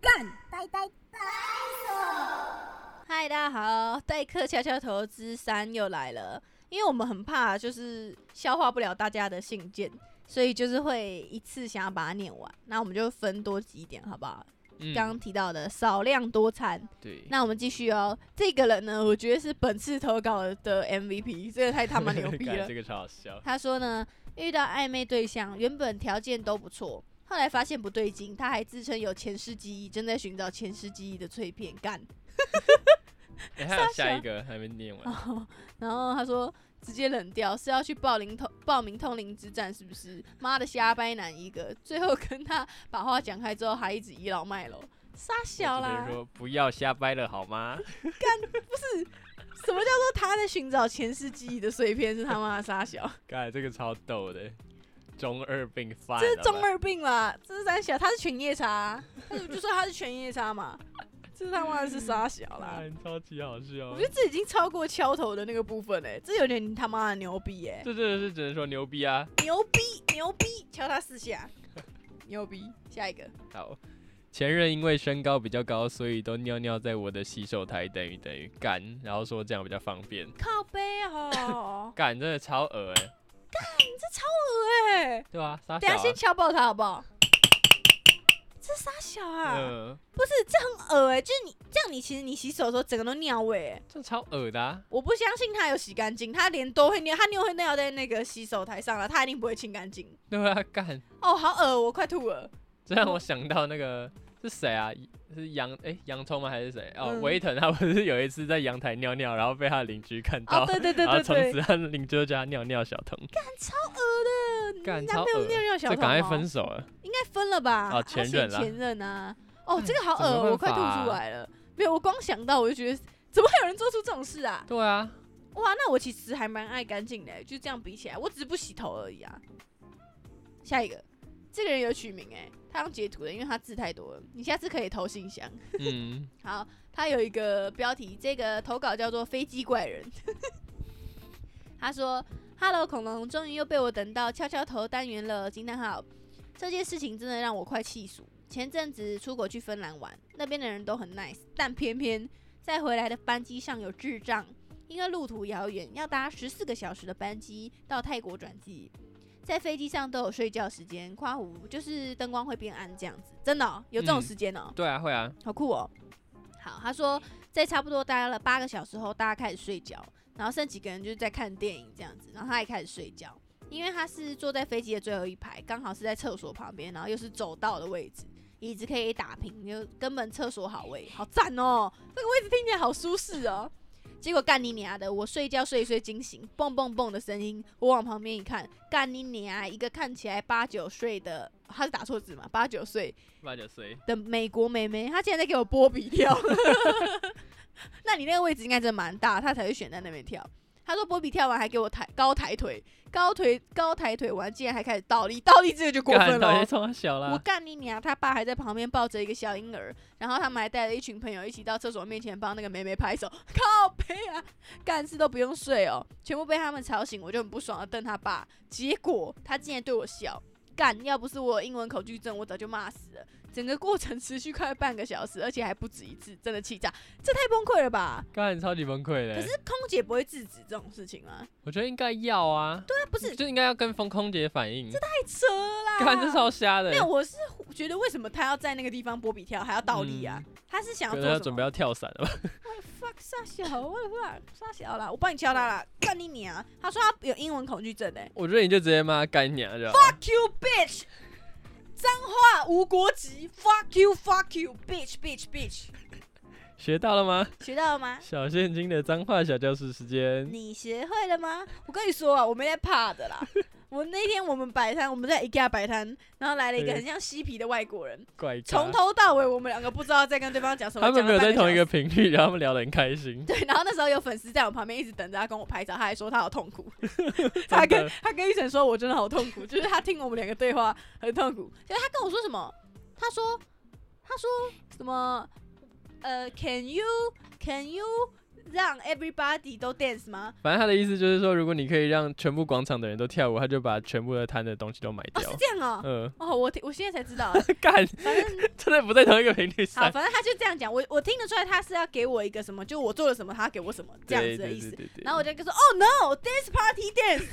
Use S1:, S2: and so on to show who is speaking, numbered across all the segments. S1: 蛋，呆呆呆
S2: 嗨，大家好，代课悄悄投资三又来了。因为我们很怕就是消化不了大家的信件，所以就是会一次想要把它念完。那我们就分多几点，好不好？
S3: 嗯
S2: 刚刚提到的少量多餐，
S3: 对，
S2: 那我们继续哦。这个人呢，我觉得是本次投稿的 MVP，这个太他妈牛 逼
S3: 干
S2: 了
S3: 这。个超 好笑。
S2: 他说呢，遇到暧昧对象，原本条件都不错，后来发现不对劲，他还自称有前世记忆，正在寻找前世记忆的碎片干。
S3: 哎，还有下一个还没念
S2: 然
S3: 完，
S2: 后， 然后他说直接冷掉，是要去报灵通报名通灵之战是不是？妈的瞎掰男一个，最后跟他把话讲开之后，还一直倚老卖老，傻小
S3: 我只
S2: 啦
S3: 能！说不要瞎掰了好吗？
S2: 什么叫做他在寻找前世记忆的碎片是他妈的傻 小？
S3: 干这个超逗的，中二病犯，
S2: 这是
S3: 好吧
S2: 中二病啦，这是傻小，他是犬夜叉啊，他就说他是犬夜叉嘛，这他妈的是傻小啦！
S3: 干哎超级好笑
S2: 啊我觉。得这已经超过敲头的那个部分嘞、欸这有点他妈的牛逼哎、
S3: 这真的是只能说牛逼啊！
S2: 牛逼牛逼，敲他四下，牛逼！下一个，
S3: 好，前任因为身高比较高，所以都尿尿在我的洗手台，等于等于干，然后说这样比较方便。，
S2: 靠背哦
S3: 干真的超恶哎、
S2: 对，
S3: 对啊，傻
S2: 等
S3: 小、
S2: 一
S3: 啊
S2: 下。先敲爆他好不好？这傻小啊，
S3: 嗯，
S2: 不是这很恶哎、就是你这样，你其实你洗手的时候整个都尿味哎、
S3: 这超恶的、啊，
S2: 我不相信他有洗干净，他连都会尿，他尿会尿在那个洗手台上了，他一定不会清干净。
S3: 对啊，干，
S2: 哦，好恶，我快吐了。
S3: 这让我想到那个是谁啊？ 是洋哎、洋葱吗？还是谁？哦，
S2: 嗯
S3: 维、腾他不是有一次在阳台尿尿，然后被他邻居看到，
S2: 哦，对对对
S3: 然
S2: 对
S3: 后啊从此
S2: 对，
S3: 他邻居就叫他尿尿小童，
S2: 恶的，
S3: 干
S2: 你男
S3: 超
S2: 朋友
S3: 恶
S2: 呃尿尿小
S3: 这
S2: 童、哦，
S3: 赶快分手了。
S2: 应该分了吧？
S3: 哦
S2: 他选
S3: 前任啦
S2: 前任啊！哦，这个好
S3: 嗯怎么
S2: 恶，
S3: 办
S2: 我快吐
S3: 法啊
S2: 出来了。没有，我光想到我就觉得，怎么会有人做出这种事啊？
S3: 对啊，
S2: 哇，那我其实还蛮爱干净的欸，就这样比起来，我只是不洗头而已啊。下一个，这个人有取名哎，他用截图的，因为他字太多了。你下次可以投信箱。
S3: 嗯，
S2: 好，他有一个标题，这个投稿叫做《飞机怪人》。 他说：“Hello，恐龙，终于又被我等到敲敲头单元了，惊叹号！这件事情真的让我快气死。前阵子出国去芬兰玩，那边的人都很 nice，但偏偏在回来的班机上有智障，因为路途遥远，要搭十四个小时的班机到泰国转机。”在飞机上都有睡觉时间，夸胡就是灯光会变暗这样子，真的哦、有这种
S3: 嗯
S2: 时间哦、
S3: 对啊，会啊，
S2: 好酷哦！好，哦他说在差不多待了八个小时后，大家开始睡觉，然后剩几个人就是在看电影这样子，然后他也开始睡觉，因为他是坐在飞机的最后一排，刚好是在厕所旁边，然后又是走道的位置，椅子可以打平，就根本厕所好位，好赞哦！这个位置听起来好舒适哦。结果干你娘的！我睡觉睡一睡惊醒，蹦蹦蹦的声音，我往旁边一看，干你娘！一个看起来八九岁的，他是打错字嘛？八九岁
S3: 八九岁，
S2: 的美国妹妹，她竟然在给我剥皮跳。 那你那个位置应该真的蛮大，她才会选在那边跳。她说剥皮跳完还给我抬高抬腿，高腿高抬腿完竟然还开始倒立，倒立这个就过分
S3: 干，
S2: 了
S3: 到
S2: 哦
S3: 底。从小
S2: 我
S3: 啦，
S2: 干你娘！他爸还在旁边抱着一个小婴儿，然后他们还带了一群朋友一起到厕所面前帮那个妹妹拍手， 靠背啊，干事都不用睡哦，全部被他们吵醒，我就很不爽的瞪他爸，结果他竟然对我笑，干！要不是我有英文恐惧症，我早就骂死了。整个过程持续快半个小时，而且还不止一次，真的气炸，这太崩溃了吧？
S3: 干超级崩溃
S2: 可
S3: 的欸
S2: 是。空姐不会制止这种事情吗？
S3: 我觉得应该要啊，对，
S2: 那不是太
S3: 就应该要跟风空姐反映，
S2: 扯啦？
S3: 干这超瞎的
S2: 没。有，我是觉得为什么他要在那个地方波比跳，还要倒立
S3: 嗯
S2: 啊？他是想
S3: 可
S2: 要
S3: 能
S2: 做
S3: 要
S2: 什么？
S3: 准备要跳伞了 吧？
S2: fuck 傻小，我的 fuck 傻小啦，我帮你敲他啦，干你娘！他说他有英文恐惧症哎、
S3: 我觉得你就直接骂他干娘就好。
S2: fuck you bitch，脏话无国籍，fuck you fuck you bitch bitch bitch，
S3: 学到了吗？
S2: 学到了吗？
S3: 小现金的脏话小教室时间。
S2: 你学会了吗？我跟你说啊，我没在怕的 啦。我那天我们摆摊，我们在 IKEA 摆摊，然后来了一个
S3: 对
S2: 很像嬉皮的外国人，
S3: 怪咖
S2: 从头到尾我们两个不知道在跟对方讲什么，
S3: 他们没有
S2: 讲了
S3: 在
S2: 半
S3: 同一
S2: 小
S3: 个
S2: 时。
S3: 频率， 然后他们聊得很开心。
S2: 对，然后那时候有粉丝在我旁边一直等着他跟我拍照，他还说他好痛苦，他跟他跟玉成说，我真的好痛苦，就是他听我们两个对话很痛苦。就是他跟我说什么？他说他说什么？呃，Can you Can you 让 everybody 都 dance 吗？
S3: 反正他的意思就是说，如果你可以让全部广场的人都跳舞，他就把全部的摊的东西都买
S2: 哦，
S3: 掉
S2: 是。这样哦。
S3: 嗯，
S2: 哦，我听我现在才知道，
S3: 干，
S2: 反正
S3: 真的不在同一个频率
S2: 好，
S3: 上。
S2: 反正他就这样讲，我我听得出来他是要给我一个什么，就我做了什么，他给我什么这样
S3: 对
S2: 子的
S3: 对
S2: 意
S3: 对
S2: 思。
S3: 对对。
S2: 然后我就跟他说哦 no dance party dance，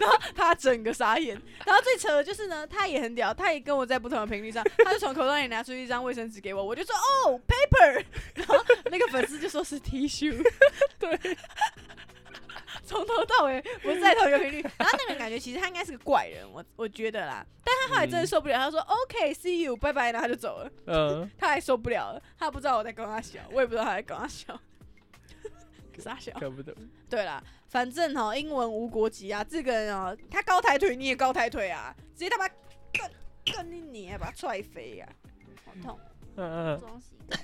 S2: 然后他整个傻眼。然后最扯的就是呢，他也很屌，他也跟我在不同的频率上，他就从口袋里拿出一张卫生纸给我，我就说哦 paper，然后那个粉丝就说是 tissue，对。从头到尾不在同一个频率，然后那个人感觉其实他应该是个怪人，我我觉得啦，但他后来真的受不了，他说 OK see you 拜拜，然后他就走了，
S3: 嗯，
S2: 他还受不了了，他不知道我在跟他笑，我也不知道他在跟他笑，傻笑。
S3: 看不懂。
S2: 对啦，反正哦，英文无国籍啊，这个人哦，他高抬腿你也高抬腿啊，直接他妈干干你你，把他踹飞呀、好痛，
S3: 嗯嗯
S2: 中西。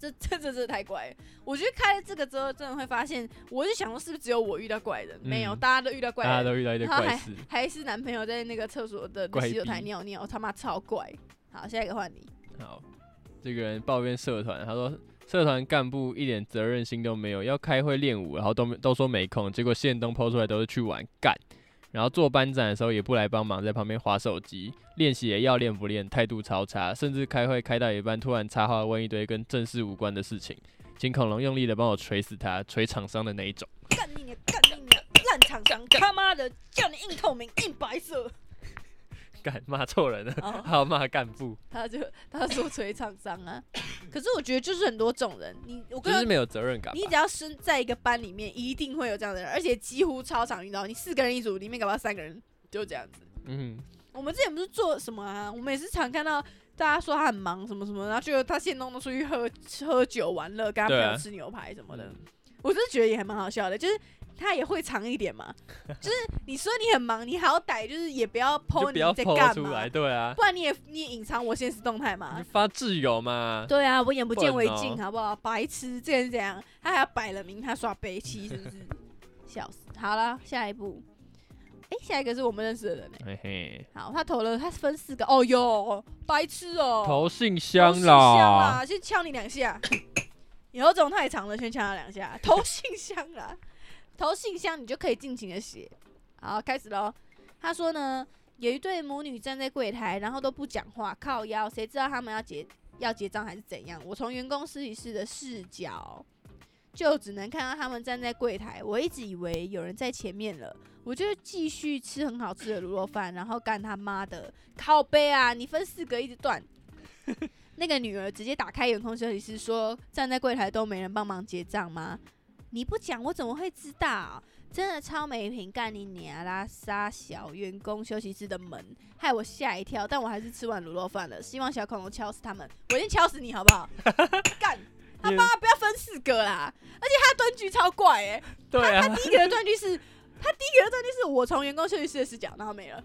S2: 这这这这太怪了！我觉得开了这个之后，真的会发现，我就想说，是不是只有我遇到怪人？没有，
S3: 嗯
S2: 大家都遇 到怪
S3: 大家
S2: 人，
S3: 都遇到一堆
S2: 然后
S3: 怪事。
S2: 还是男朋友在那个厕所的
S3: 怪
S2: 洗手台
S3: 逼
S2: 尿尿，他妈超怪。好，下一个换你。
S3: 好，这个人抱怨社团，他说社团干部一点责任心都没有，要开会练舞，然后都没都说没空，结果现东抛出来都是去玩干，然后做班长的时候也不来帮忙，在旁边划手机，练习也要练不练，态度超差，甚至开会开到一半突然插话问一堆跟正事无关的事情，请恐龙用力的帮我锤死他，锤厂商的那一种。
S2: 干你娘！干你娘！烂厂商，他妈的，叫你硬透明、硬白色。
S3: 干骂错人了， 嗯
S2: 哦
S3: 还要骂干部，
S2: 他就他说锤厂商啊， 可是我觉得就是很多种人，你我
S3: 就
S2: 跟
S3: 是
S2: 你说
S3: 没有责任感吧。
S2: 你只要身在一个班里面，一定会有这样的人，而且几乎超常遇到。你四个人一组，里面搞不好三个人就这样子。
S3: 嗯，
S2: 我们之前不是做什么啊？我们也是常看到大家说他很忙什么什么，然后就他现弄都出去喝喝酒玩乐，跟他朋
S3: 对啊
S2: 友吃牛排什么的。
S3: 嗯
S2: 我真的觉得也还蛮好笑的，就是他也会藏一点嘛， 就是你说你很忙，你好歹就是也不要
S3: 就
S2: PO
S3: 不
S2: 你
S3: 要
S2: 在
S3: 抛
S2: 干
S3: 出
S2: 嘛
S3: 来，，对啊，
S2: 不然你也你也隐藏我现实动态嘛
S3: 你，发自由 嘛。
S2: 对啊，我眼不见
S3: 笨
S2: 为
S3: 哦
S2: 净，好不好？白痴，这个人怎样？他还要摆了名，他耍悲戚是不是？笑死！好了，下一步，哎、下一个是我们认识的人呢、欸
S3: 嘿嘿。
S2: 好，他投了，他分四个，哦哟，白痴哦、
S3: 投信
S2: 投
S3: 箱
S2: 信箱
S3: 啦，
S2: 啦，先敲你两下，有种太长了，先敲他两下，投信箱啦，投信箱你就可以尽情的写。好，开始喽。他说呢，有一对母女站在柜台，然后都不讲话，靠腰，谁知道他们要结要结账还是怎样？我从员工试一试的视角，就只能看到他们站在柜台。我一直以为有人在前面了，我就继续吃很好吃的卤肉饭，然后干他妈的靠背啊！你分四个一直断。那个女儿直接打开员工休息室说：“站在柜台都没人帮忙结账吗？你不讲我怎么会知道？真的超没品，干你娘啦！杀小员工休息室的门，害我吓一跳，但我还是吃完卤肉饭了。希望小恐龙敲死他们，我先敲死你好不 好？干他
S3: 也
S2: 妈不要分四个啦！而且他蹲局超怪哎、
S3: 对啊，
S2: 第一个的断句是，他第一个的断句是我从员工休息室的视角，然后没了。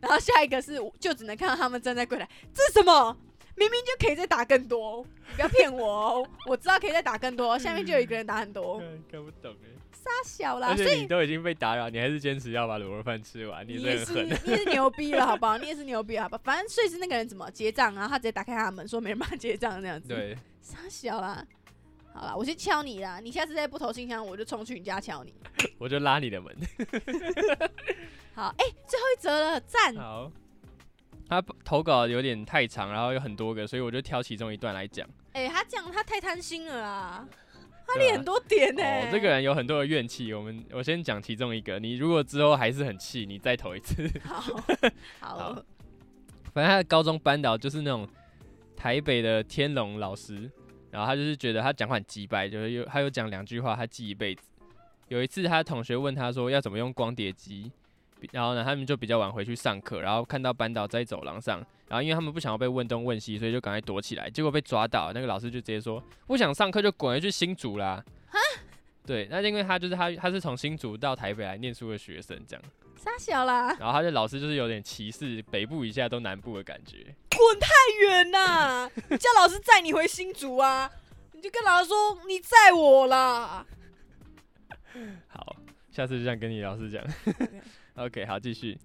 S2: 然后下一个是，就只能看到他们站在柜台，这是什么？明明就可以再打更多，你不要骗我哦！我知道可以再打更多，下面就有一个人打很 多，
S3: 看不懂哎。
S2: 他小啦，
S3: 而
S2: 所
S3: 且
S2: 以
S3: 你都已经被打扰，你还是坚持要把卤肉饭吃完，
S2: 你
S3: 你
S2: 也
S3: 真的
S2: 是
S3: 很狠。
S2: 你也是牛逼了，好不好？你也是牛逼了，好吧？反正所以是那个人怎么结账，然后他直接打开他的门说没人帮他结账这样子，，
S3: 对，
S2: 傻小啦。好啦，我去敲你啦！你下次再不投信箱，我就冲去你家敲你。
S3: 我就拉你的门。
S2: 好，哎、最后一则了，赞！
S3: 好，他投稿有点太长，然后有很多个，所以我就挑其中一段来讲。
S2: 哎、他这样他太贪心了啦，他
S3: 对啊
S2: 列很多点欸呢、
S3: 哦，这个人有很多的怨气，我们我先讲其中一个。你如果之后还是很气，你再投一次。
S2: 好好
S3: 好反正他的高中班导就是那种台北的天龙老师，然后他就是觉得他讲话很鸡掰，就是有他有讲两句话他记一辈子。有一次他同学问他说要怎么用光碟机，比然后呢他们就比较晚回去上课，然后看到班导在走廊上，然后因为他们不想要被问东问西，所以就赶快躲起来，结果被抓到，那个老师就直接说不想上课就滚回去新竹啦。对，那因为他就是他，他是从新竹到台北来念书的学生，这样，
S2: 傻小啦，
S3: 然后他的老师就是有点歧视北部以下都南部的感觉，
S2: 滚太远啦！你叫老师载你回新竹啊，你就跟老师说你载我啦。
S3: 好，下次就这样跟你老师讲
S2: OK。
S3: OK，好，继续。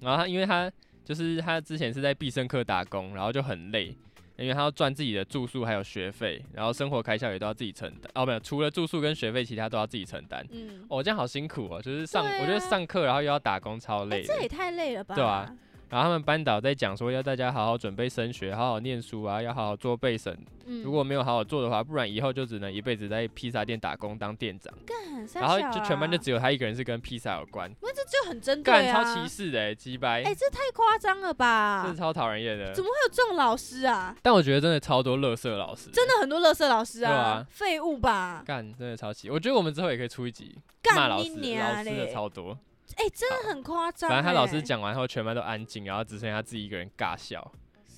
S3: 然后他因为他就是他之前是在必胜客打工，然后就很累，因因为他要赚自己的住宿还有学费，然后生活开销也都要自己承担。哦，没有，除了住宿跟学费，其他都要自己承担。
S2: 嗯，
S3: 哦，这样好辛苦哦，就是上，
S2: 对啊
S3: 我觉得上课然后又要打工，超累的
S2: 哎这。也太累了吧？
S3: 对啊，然后他们班导在讲说，要大家好好准备升学，好好念书啊，要好好做备审。
S2: 嗯，
S3: 如果没有好好做的话，不然以后就只能一辈子在披萨店打工当店长。
S2: 干三
S3: 然后
S2: 小
S3: 就全班就
S2: 啊
S3: 只有他一个人是跟披萨有关，
S2: 那这就很针对
S3: 干
S2: 啊，
S3: 超歧视的欸，鸡掰
S2: 哎、，这太夸张了吧？
S3: 这是
S2: 会
S3: 超讨人厌的
S2: 怎。么有这种老师啊？
S3: 但我觉得真的超多乐色老师，
S2: 真的很多乐色老师
S3: 对
S2: 啊
S3: 啊，
S2: 废、物吧？
S3: 干真的超气。我觉得我们之后也可以出一集骂
S2: 干
S3: 老
S2: 你
S3: 师，
S2: 娘
S3: 老师的
S2: 嘞！
S3: 超多。
S2: 哎、真的很夸张、
S3: 反
S2: 欸。
S3: 正他老师讲完后，全班都安静，然后只剩下自己一个人尬笑。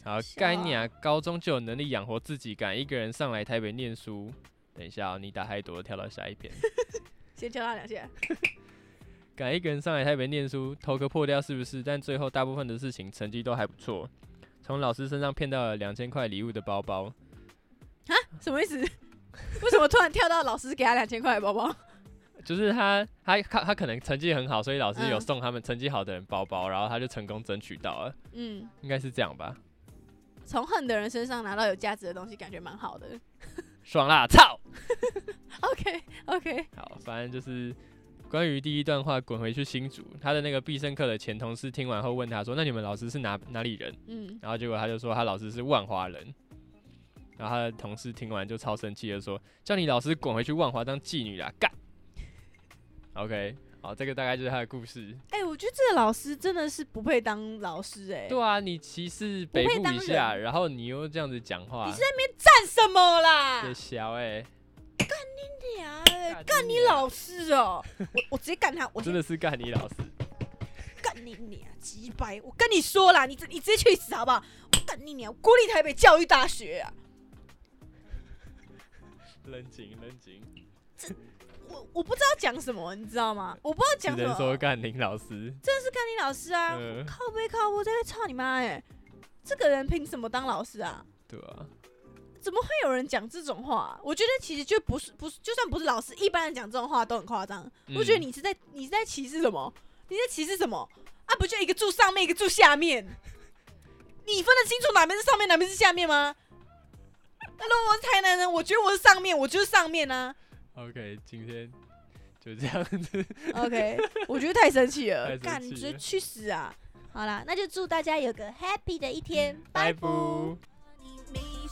S3: 然后
S2: 笑
S3: 干你啊！高中就有能力养活自己，敢一个人上来台北念书。等一下、哦，你打太多，跳到 下一篇。
S2: 先敲他两下，
S3: 敢一个人上来台北念书，头壳破掉是不是？但最后大部分的事情成绩都还不错。从老师身上骗到了两千块礼物的包包，
S2: 什么意思？ 为什么突然跳到老师给他两千块的包包？
S3: 就是他他他他可能成绩很好，所以老师有
S2: 嗯
S3: 送他们成绩好的人包包，然后他就成功争取到了，
S2: 嗯，
S3: 应该是这样吧？
S2: 从恨的人身上拿到有价值的东西，感觉蛮好的。
S3: 爽啦，操！
S2: OK OK，
S3: 好，反正就是关于第一段话，滚回去新竹。他的那个必胜客的前同事听完后问他说：“那你们老师是哪哪里人
S2: 嗯？”，
S3: 然后结果他就说他老师是万华人。然后他的同事听完就超生气的说：“叫你老师滚回去万华当妓女啦，干！”OK，好，这个大概就是他的故事。
S2: 哎、我觉得这个老师真的是不配当老师哎、
S3: 对啊，你歧视北
S2: 配
S3: 部
S2: 当
S3: 一下，
S2: 人
S3: 然后你又这样子讲话，
S2: 你是干什么啦？
S3: 在小哎、
S2: 娘
S3: 欸，
S2: 的，
S3: 干你
S2: 哎你老师哦、我我直接干他，我直
S3: 真
S2: 接
S3: 的是干你老师，
S2: 干你娘，几百！我跟你说啦，你直你直接去死好不好？我干你娘，我国立台北教育大学啊！
S3: 冷静冷静，
S2: 我我不知道讲什么，你知道吗？我不知道
S3: 只
S2: 讲什
S3: 能说
S2: 么，
S3: 干林老师。
S2: 真的是干你老师啊！
S3: 嗯
S2: 靠背靠我在操你妈哎、这个人凭什么当老师啊？
S3: 对啊，
S2: 会有人讲这种话啊、我觉得其实就不是不是，就算不是老师，一般人讲这种话都很夸张。我觉得
S3: 嗯
S2: 你是在你是在歧视什么？你在歧视什么？啊，不就一个住上面，一个住下面？你分得清楚哪边是上面，哪边是下面吗？那如果我是台南人，我觉得我是上面，我就是上面啊。
S3: OK，今天就这样子。
S2: OK，我觉得太生气
S3: 太
S2: 了，
S3: 生
S2: 干，你
S3: 气
S2: 直接
S3: 了
S2: 去死啊！好啦，那就祝大家有个 happy 的一天，嗯拜拜。
S1: 你迷